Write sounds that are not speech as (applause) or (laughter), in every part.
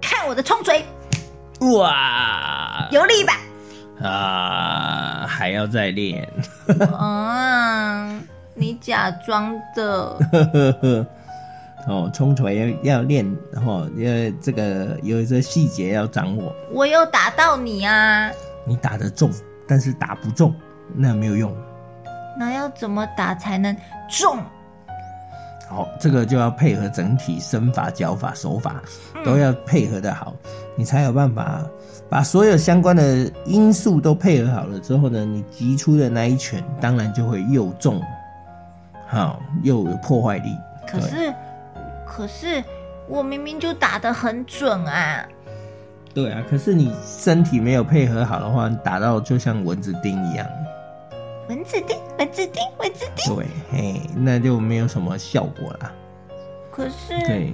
看我的冲锤，哇有力 (laughs) 吧？啊，还要再练， (laughs) 啊，你假装的，哦，冲锤要要练，哦，要这个有一些细节要掌握。我有打到你啊，你打得中，但是打不中，那没有用。那要怎么打才能中？好，哦这个就要配合整体身法、脚法、手法嗯都要配合的好，你才有办法把所有相关的因素都配合好了之后呢，你击出的那一拳当然就会又重，好又有破坏力。可对是，可是我明明就打得很准啊！对啊，可是你身体没有配合好的话，你打到就像蚊子叮一样，蚊子叮，蚊子叮，蚊子叮。对，嘿，那就没有什么效果啦。可是，对，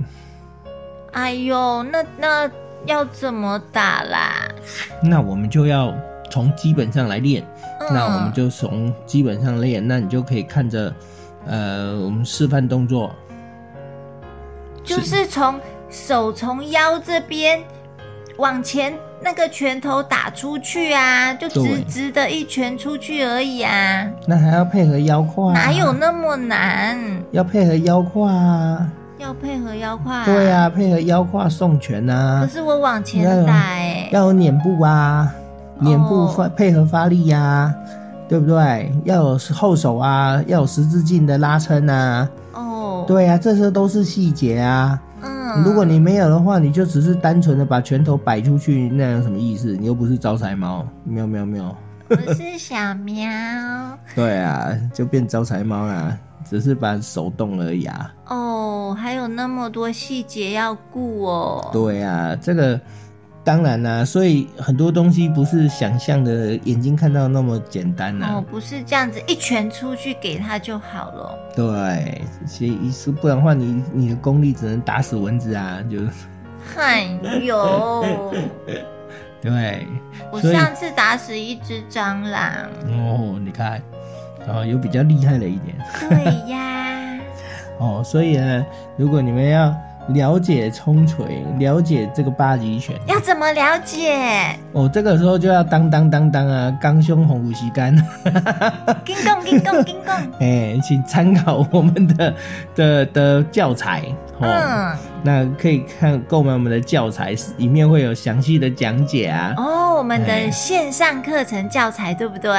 哎呦，那那要怎么打啦？那我们就要从基本上来练，嗯那我们就从基本上练，那你就可以看着，呃，我们示范动作，就是从手从腰这边往前那个拳头打出去啊，就直对直的一拳出去而已啊，那还要配合腰胯、啊，哪有？那么难？要配合腰胯啊，要配合腰胯、对、啊，配合腰胯送拳可啊，是我往前要有打哎、哦要有脸部啊，脸部发、配合发力呀、对不对？要有后手啊，要有十字劲的拉伸啊，哦，，对啊，这些都是细节啊。嗯，如果你没有的话，你就只是单纯的把拳头摆出去，那有什么意思？你又不是招财猫，喵喵喵。我是小喵，对啊，就变招财猫啦，只是把手动而已啊。哦，还有那么多细节要顾哦，对啊，这个当然啦、所以很多东西不是想象的眼睛看到那么简单啊呐、哦，不是这样子一拳出去给他就好了，对，所以一是不然的话你，你的功力只能打死蚊子啊，就是 (laughs) 哎呦。对。我所以上次打死一只蟑螂。哦，你看，哦，有比较厉害的一点。对呀，哦，所以呢，如果你们要了解冲锤，了解这个八极拳， (laughs) 要怎么了 (laughs) 解？哦，这个时候就要当当当当啊，刚胸红五旗 (laughs) 杆，叮咚叮咚叮咚。哎，请参考我们的的的教材哦。嗯，那可以看购买我们的教材，里面会有详细的讲解啊。哦，我们的哎线上课程教材对不对？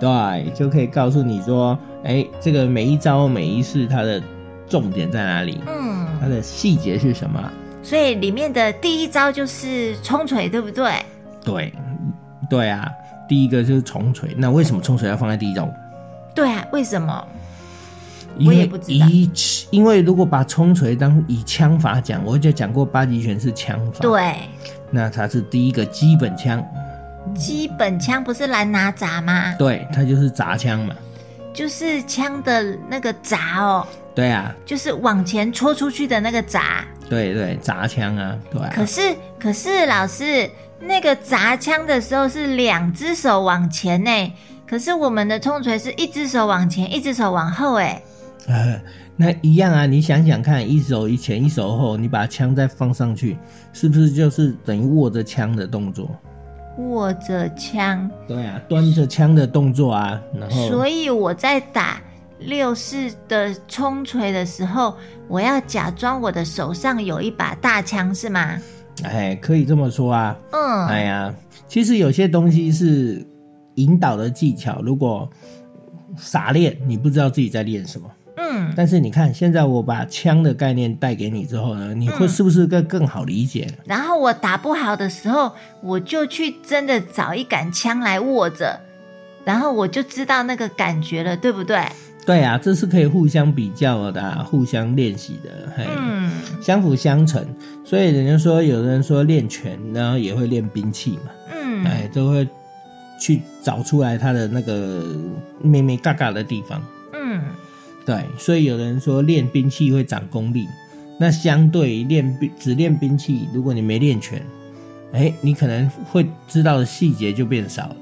对，就可以告诉你说，哎，这个每一招每一式它的重点在哪里，它嗯，的细节是什么。所以里面的第一招就是冲锤，对不对？对，对啊，第一个就是重锤。那为什么重锤要放在第一招？对啊，为什哦么？因我也为不知道以因为如果把冲锤当以枪法讲，我就讲过八极拳是枪法，，对，那它是第一个基本枪，基本枪不是拦拿闸吗？对，它就是砸枪嘛，就是枪的那个闸哦，对啊，就是往前戳出去的那个闸。对对，砸枪啊，对啊，可是可是老师，那个砸枪的时候是两只手往前呢，可是我们的冲锤是一只手往前，一只手往后哎。呃，那一样啊，你想想看，一手一前一手后，你把枪再放上去，是不是就是等于握着枪的动作？握着枪，对啊，端着枪的动作啊，然后所以我在打六式的冲锤的时候，我要假装我的手上有一把大枪是吗？哎，可以这么说啊，嗯，哎呀，其实有些东西是引导的技巧，如果傻练，你不知道自己在练什么。嗯，但是你看，现在我把枪的概念带给你之后呢，你会嗯啊是不是更更好理解？然后我打不好的时候，我就去真的找一杆枪来握着，然后我就知道那个感觉了，对不对？对啊，这是可以互相比较的、啊，互相练习的，嘿，嗯相辅相成。所以人家说，有的人说练拳，然后也会练兵器嘛，嗯，哎，都会去找出来他的那个咩咩嘎嘎的地方。嗯，对，所以有人说练兵器会长功力，那相对于练兵只练兵器，如果你没练拳，哎，你可能会知道的细节就变少了，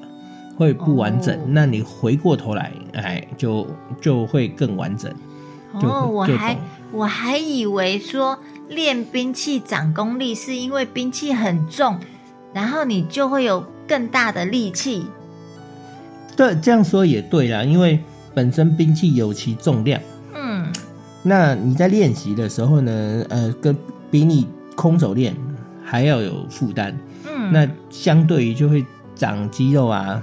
会不完整。哦那你回过头来，哎，就就会更完整。就哦，我就还懂我还以为说练兵器长功力是因为兵器很重，然后你就会有更大的力气。对，这样说也对啦，因为本身兵器有其重量，嗯那你在练习的时候呢，呃，跟比你空手练还要有负担。嗯，那相对于就会长肌肉啊，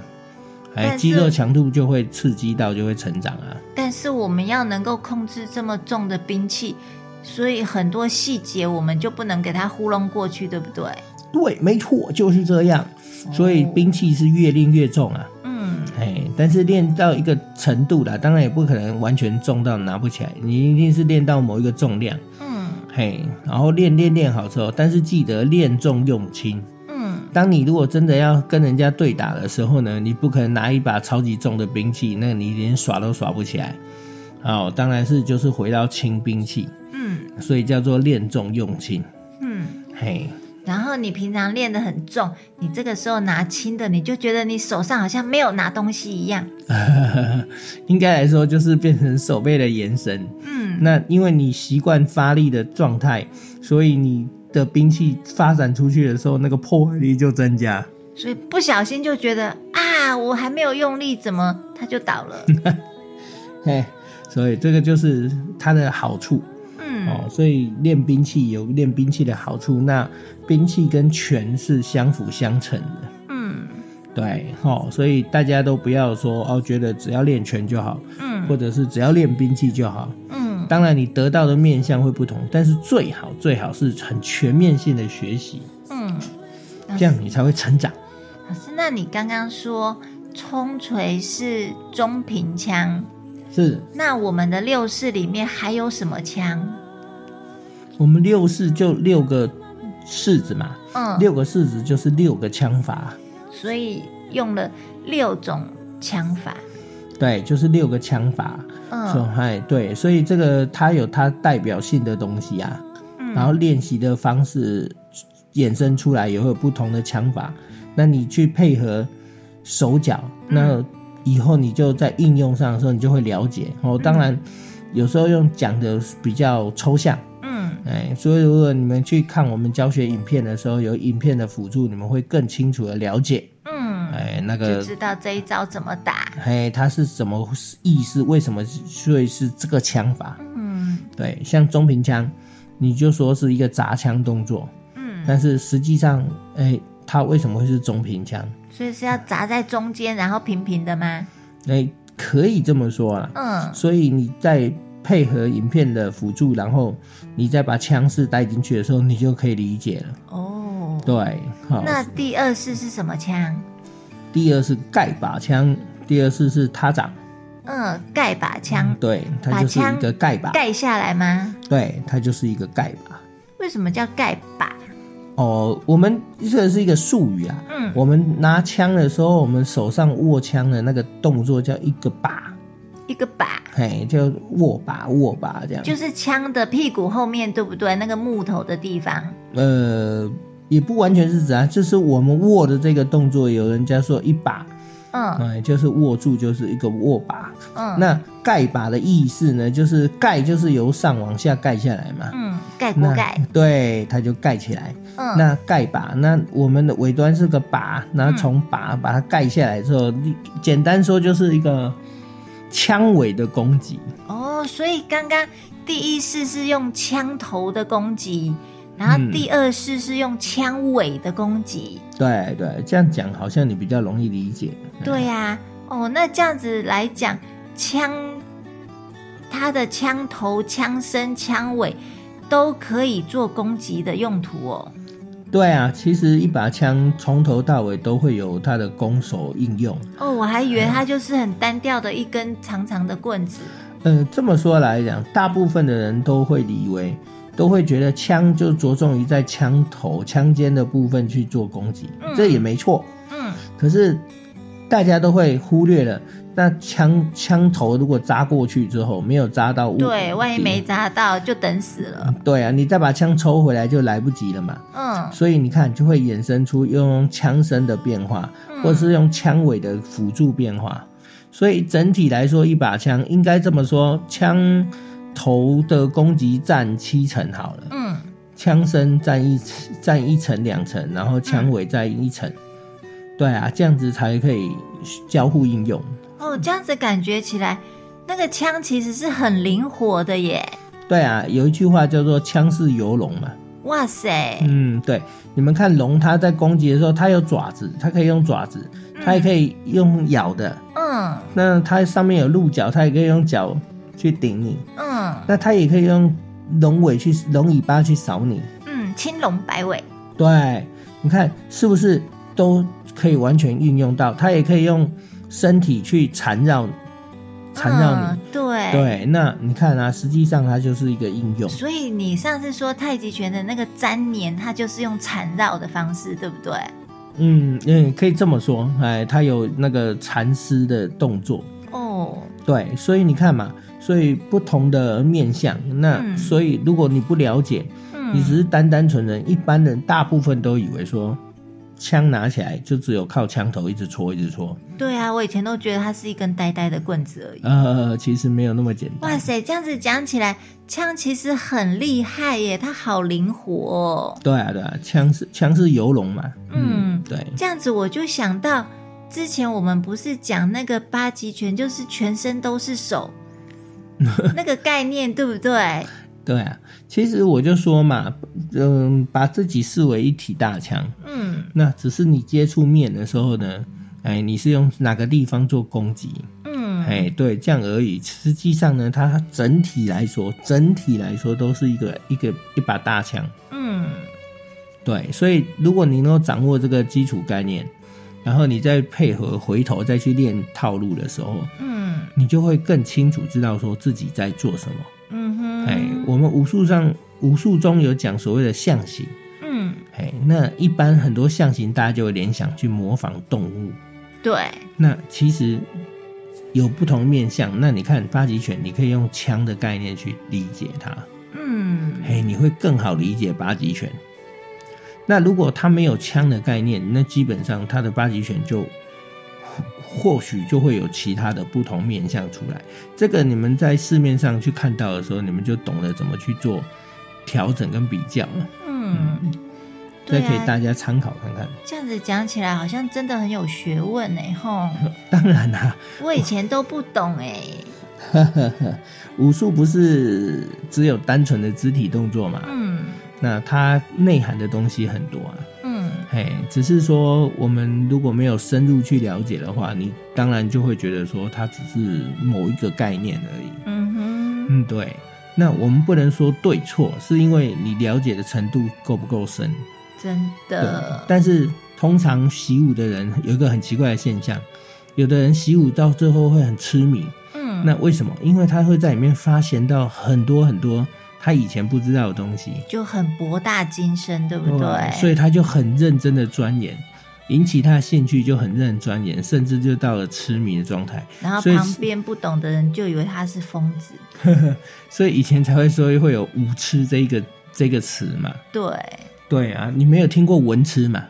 哎，但是肌肉强度就会刺激到，就会成长啊。但是我们要能够控制这么重的兵器，所以很多细节我们就不能给它糊弄过去，对不对？对，没错，就是这样。哦所以兵器是越练越重啊，嗯哎，但是练到一个程度啦，当然也不可能完全重到拿不起来，你一定是练到某一个重量，嗯嘿，然后练练练好之后，但是记得练重用轻。嗯当你如果真的要跟人家对打的时候呢，你不可能拿一把超级重的兵器，那你连耍都耍不起来。好、当然是就是回到轻兵器，嗯所以叫做练重用轻。嗯。嘿， (laughs) 然后你平常练得很重，你这个时候拿轻的，你就觉得你手上好像没有拿东西一样。应该来说就是变成手背的延伸。嗯那因为你习惯发力的状态，所以你的兵器发展出去的时候，那个破坏力就增加。所以不小心就觉得啊，我还没有用力，怎么它就倒了？嘿，所以这个就是它的好处。嗯哦，所以练兵器有练兵器的好处，那兵器跟拳是相辅相成的，嗯对，哦，所以大家都不要说哦，觉得只要练拳就好，或嗯者是只要练兵器就好。嗯当然，你得到的面向会不同，但是最好最好是很全面性的学习，嗯。这样你才会成长。老师，那你刚刚说冲锤是中平枪，是那我们的六式里面还有什么枪？我们六式就六个式子嘛，嗯，六个式子就是六个枪法，所以用了六种枪法。对，就是六个枪法。说嗯哎，对，所以这个它有它代表性的东西啊，然后嗯练习的方式衍生出来也会有不同的枪法，那你去配合手脚，那嗯以后你就在应用上的时候，你就会了解哦。当然，有时候用讲的比较抽象，嗯哎，所以如果你们去看我们教学影片的时候，有影片的辅助，你们会更清楚的了解，嗯，哎，那就个知道这一招怎么打。哎它是什么意思，为什么所以是这个枪法。嗯对，像中平枪，你就说是一个砸枪动作，嗯，但是实际上，哎、它为什么会是中平枪？所以是要砸在中间，然后平平的吗？哎、可以这么说啊。嗯所以你在配合影片的辅助，然后你再把枪式带进去的时候，你就可以理解了。哦，对，好。那第二式是什么枪？第二是盖把枪，第二是是他掌，嗯，盖把枪，对，它就是一个盖把，盖下来吗？对，它就是一个盖把。为什么叫盖把？哦，我们这是一个术语啊，嗯，我们拿枪的时候，我们手上握枪的那个动作叫一个把，一个把，嘿，叫握把握把这样。就是枪的屁股后面，对不对？那个木头的地方。呃，也不完全是指啊，就是我们握的这个动作，有人家说一把，嗯哎、就是握住就是一个握把。嗯，那盖把的意思呢，就是盖就是由上往下盖下来嘛。嗯，盖锅那盖。对，它就盖起来。嗯，那盖把，那我们的尾端是个把，然后从把把它盖下来之后，你简单说就是一个枪尾的攻击。哦，所以刚刚第一式是用枪头的攻击，然后嗯第二式是用枪尾的攻击。对啊对，这样讲好像你比较容易理解。嗯对呀、哦，那这样子来讲，枪它的枪头、枪身、枪尾都可以做攻击的用途哦。对啊，其实一把枪从头到尾都会有它的攻守应用。哦，我还以为嗯它就是很单调的一根长长的棍子。呃，这么说来讲，大部分的人都会以为，都会觉得枪就着重于在枪头、枪尖的部分去做攻击，嗯这也没错。嗯，可是大家都会忽略了，那枪枪头如果扎过去之后没有扎到物，对，万一没敌砸到就等死了。啊对啊，你再把枪抽回来就来不及了嘛。嗯，所以你看，就会衍生出用枪身的变化，嗯或是用枪尾的辅助变化。所以整体来说，一把枪应该这么说：枪头的攻击占七成好了，嗯，枪身占一占一层两层，然后枪尾占一层。对啊，这样子才可以交互应用。哦，这样子感觉起来，那个枪其实是很灵活的耶。对啊，有一句话叫做“枪是游龙”嘛。哇塞，嗯，对，你们看龙，它在攻击的时候，它有爪子，它可以用爪子，它也可以用咬的。嗯那它上面有鹿角，它也可以用脚去顶你，嗯那它也可以用龙尾去龙尾巴去扫你。嗯，青龙摆尾。对，你看是不是都可以完全运用到？它也可以用身体去缠绕缠绕你。嗯、对。对，那你看啊，实际上它就是一个应用。所以你上次说太极拳的那个粘黏，它就是用缠绕的方式，对不对？嗯嗯，可以这么说，哎，它有那个缠丝的动作。哦，对，所以你看嘛，所以不同的面相，那、嗯所以如果你不了解，嗯，你只是单单纯人，一般人大部分都以为说，枪拿起来就只有靠枪头一直戳一直戳，对啊，我以前都觉得它是一根呆呆的棍子而已。呃，其实没有那么简哇单。塞，这样子讲起来，枪其实很厉害耶，它好灵活哦。对啊，对啊，枪是枪是游龙嘛，嗯，嗯对，这样子我就想到，之前我们不是讲那个八极拳，就是全身都是手 (laughs) 那个概念，对不对？对啊，其实我就说嘛，嗯，把自己视为一体大枪，嗯那只是你接触面的时候呢，哎，你是用哪个地方做攻击，嗯，哎，对，这样而已。实际上呢，它整体来说，整体来说都是一个一个一把大枪。嗯对，所以如果你能够掌握这个基础概念，然后你再配合回头再去练套路的时候，嗯你就会更清楚知道说自己在做什么。嗯哼，哎、我们武术上武术中有讲所谓的象形，嗯。哎、那一般很多象形大家就会联想去模仿动物，对，那其实有不同面向。那你看八极拳，你可以用枪的概念去理解它，嗯，嘿，你会更好理解八极拳。那如果他没有枪的概念，那基本上他的八极拳就或或许就会有其他的不同面向出来。这个你们在市面上去看到的时候，你们就懂得怎么去做调整跟比较了。嗯，这对可以啊，大家参考看看。这样子讲起来好像真的很有学问呢， (laughs) 吼！当然啊啦、我以前都不懂哎， (laughs) 武术不是只有单纯的肢体动作嘛？嗯那它内涵的东西很多啊，嗯嘿，只是说我们如果没有深入去了解的话，你当然就会觉得说它只是某一个概念而已。嗯哼，嗯，对。那我们不能说对错，是因为你了解的程度够不够深。真对的，但是通常习武的人有一个很奇怪的现象，有的人习武到最后会很痴迷，嗯，那为什么？因为他会在里面发现到很多很多他以前不知道的东西，就很博大精深，对不对？所以他就很认真的钻研，引起他的兴趣就很认真地钻研，甚至就到了痴迷的状态。然后所以旁边不懂的人就以为他是疯子，所以以前才会说会有无痴这一个这个词嘛。对，对啊，你没有听过文痴嘛？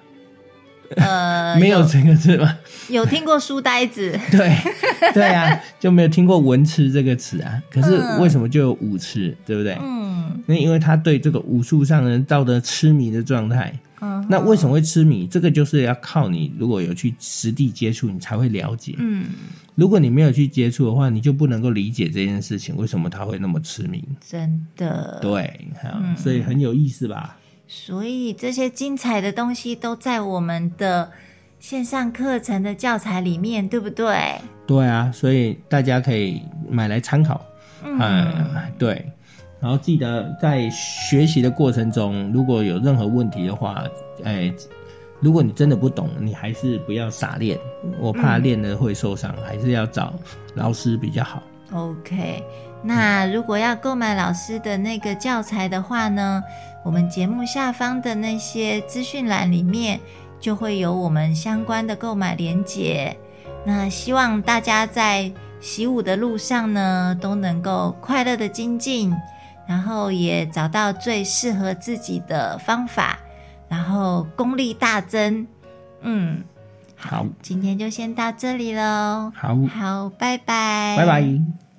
呃，没有这个 (laughs) 字嘛？有听过书呆子，对对啊，就没有听过文痴这个词啊。可是嗯为什么就有武痴，对不对？嗯 (laughs) 那因为他对这个武术上的道德痴迷的状态，嗯，那为什么会痴迷？这个就是要靠你，如果有去实地接触，你才会了解。嗯，如果你没有去接触的话，你就不能够理解这件事情为什么他会那么痴迷。真的，对，好嗯所以很有意思吧？所以这些精彩的东西都在我们的线上课程的教材里面，对不对？对啊，所以大家可以买来参考。嗯，嗯，对。然后记得在学习的过程中，如果有任何问题的话，哎、如果你真的不懂，你还是不要傻练，我怕嗯练了会受伤，还是要找老师比较好。 OK，那如果要购买老师的那个教材的话呢，我们节目下方的那些资讯栏里面就会有我们相关的购买链接。那希望大家在习武的路上呢，都能够快乐的精进，然后也找到最适合自己的方法，然后功力大增。嗯，好，今天就先到这里喽。好，哎好，拜拜，拜拜。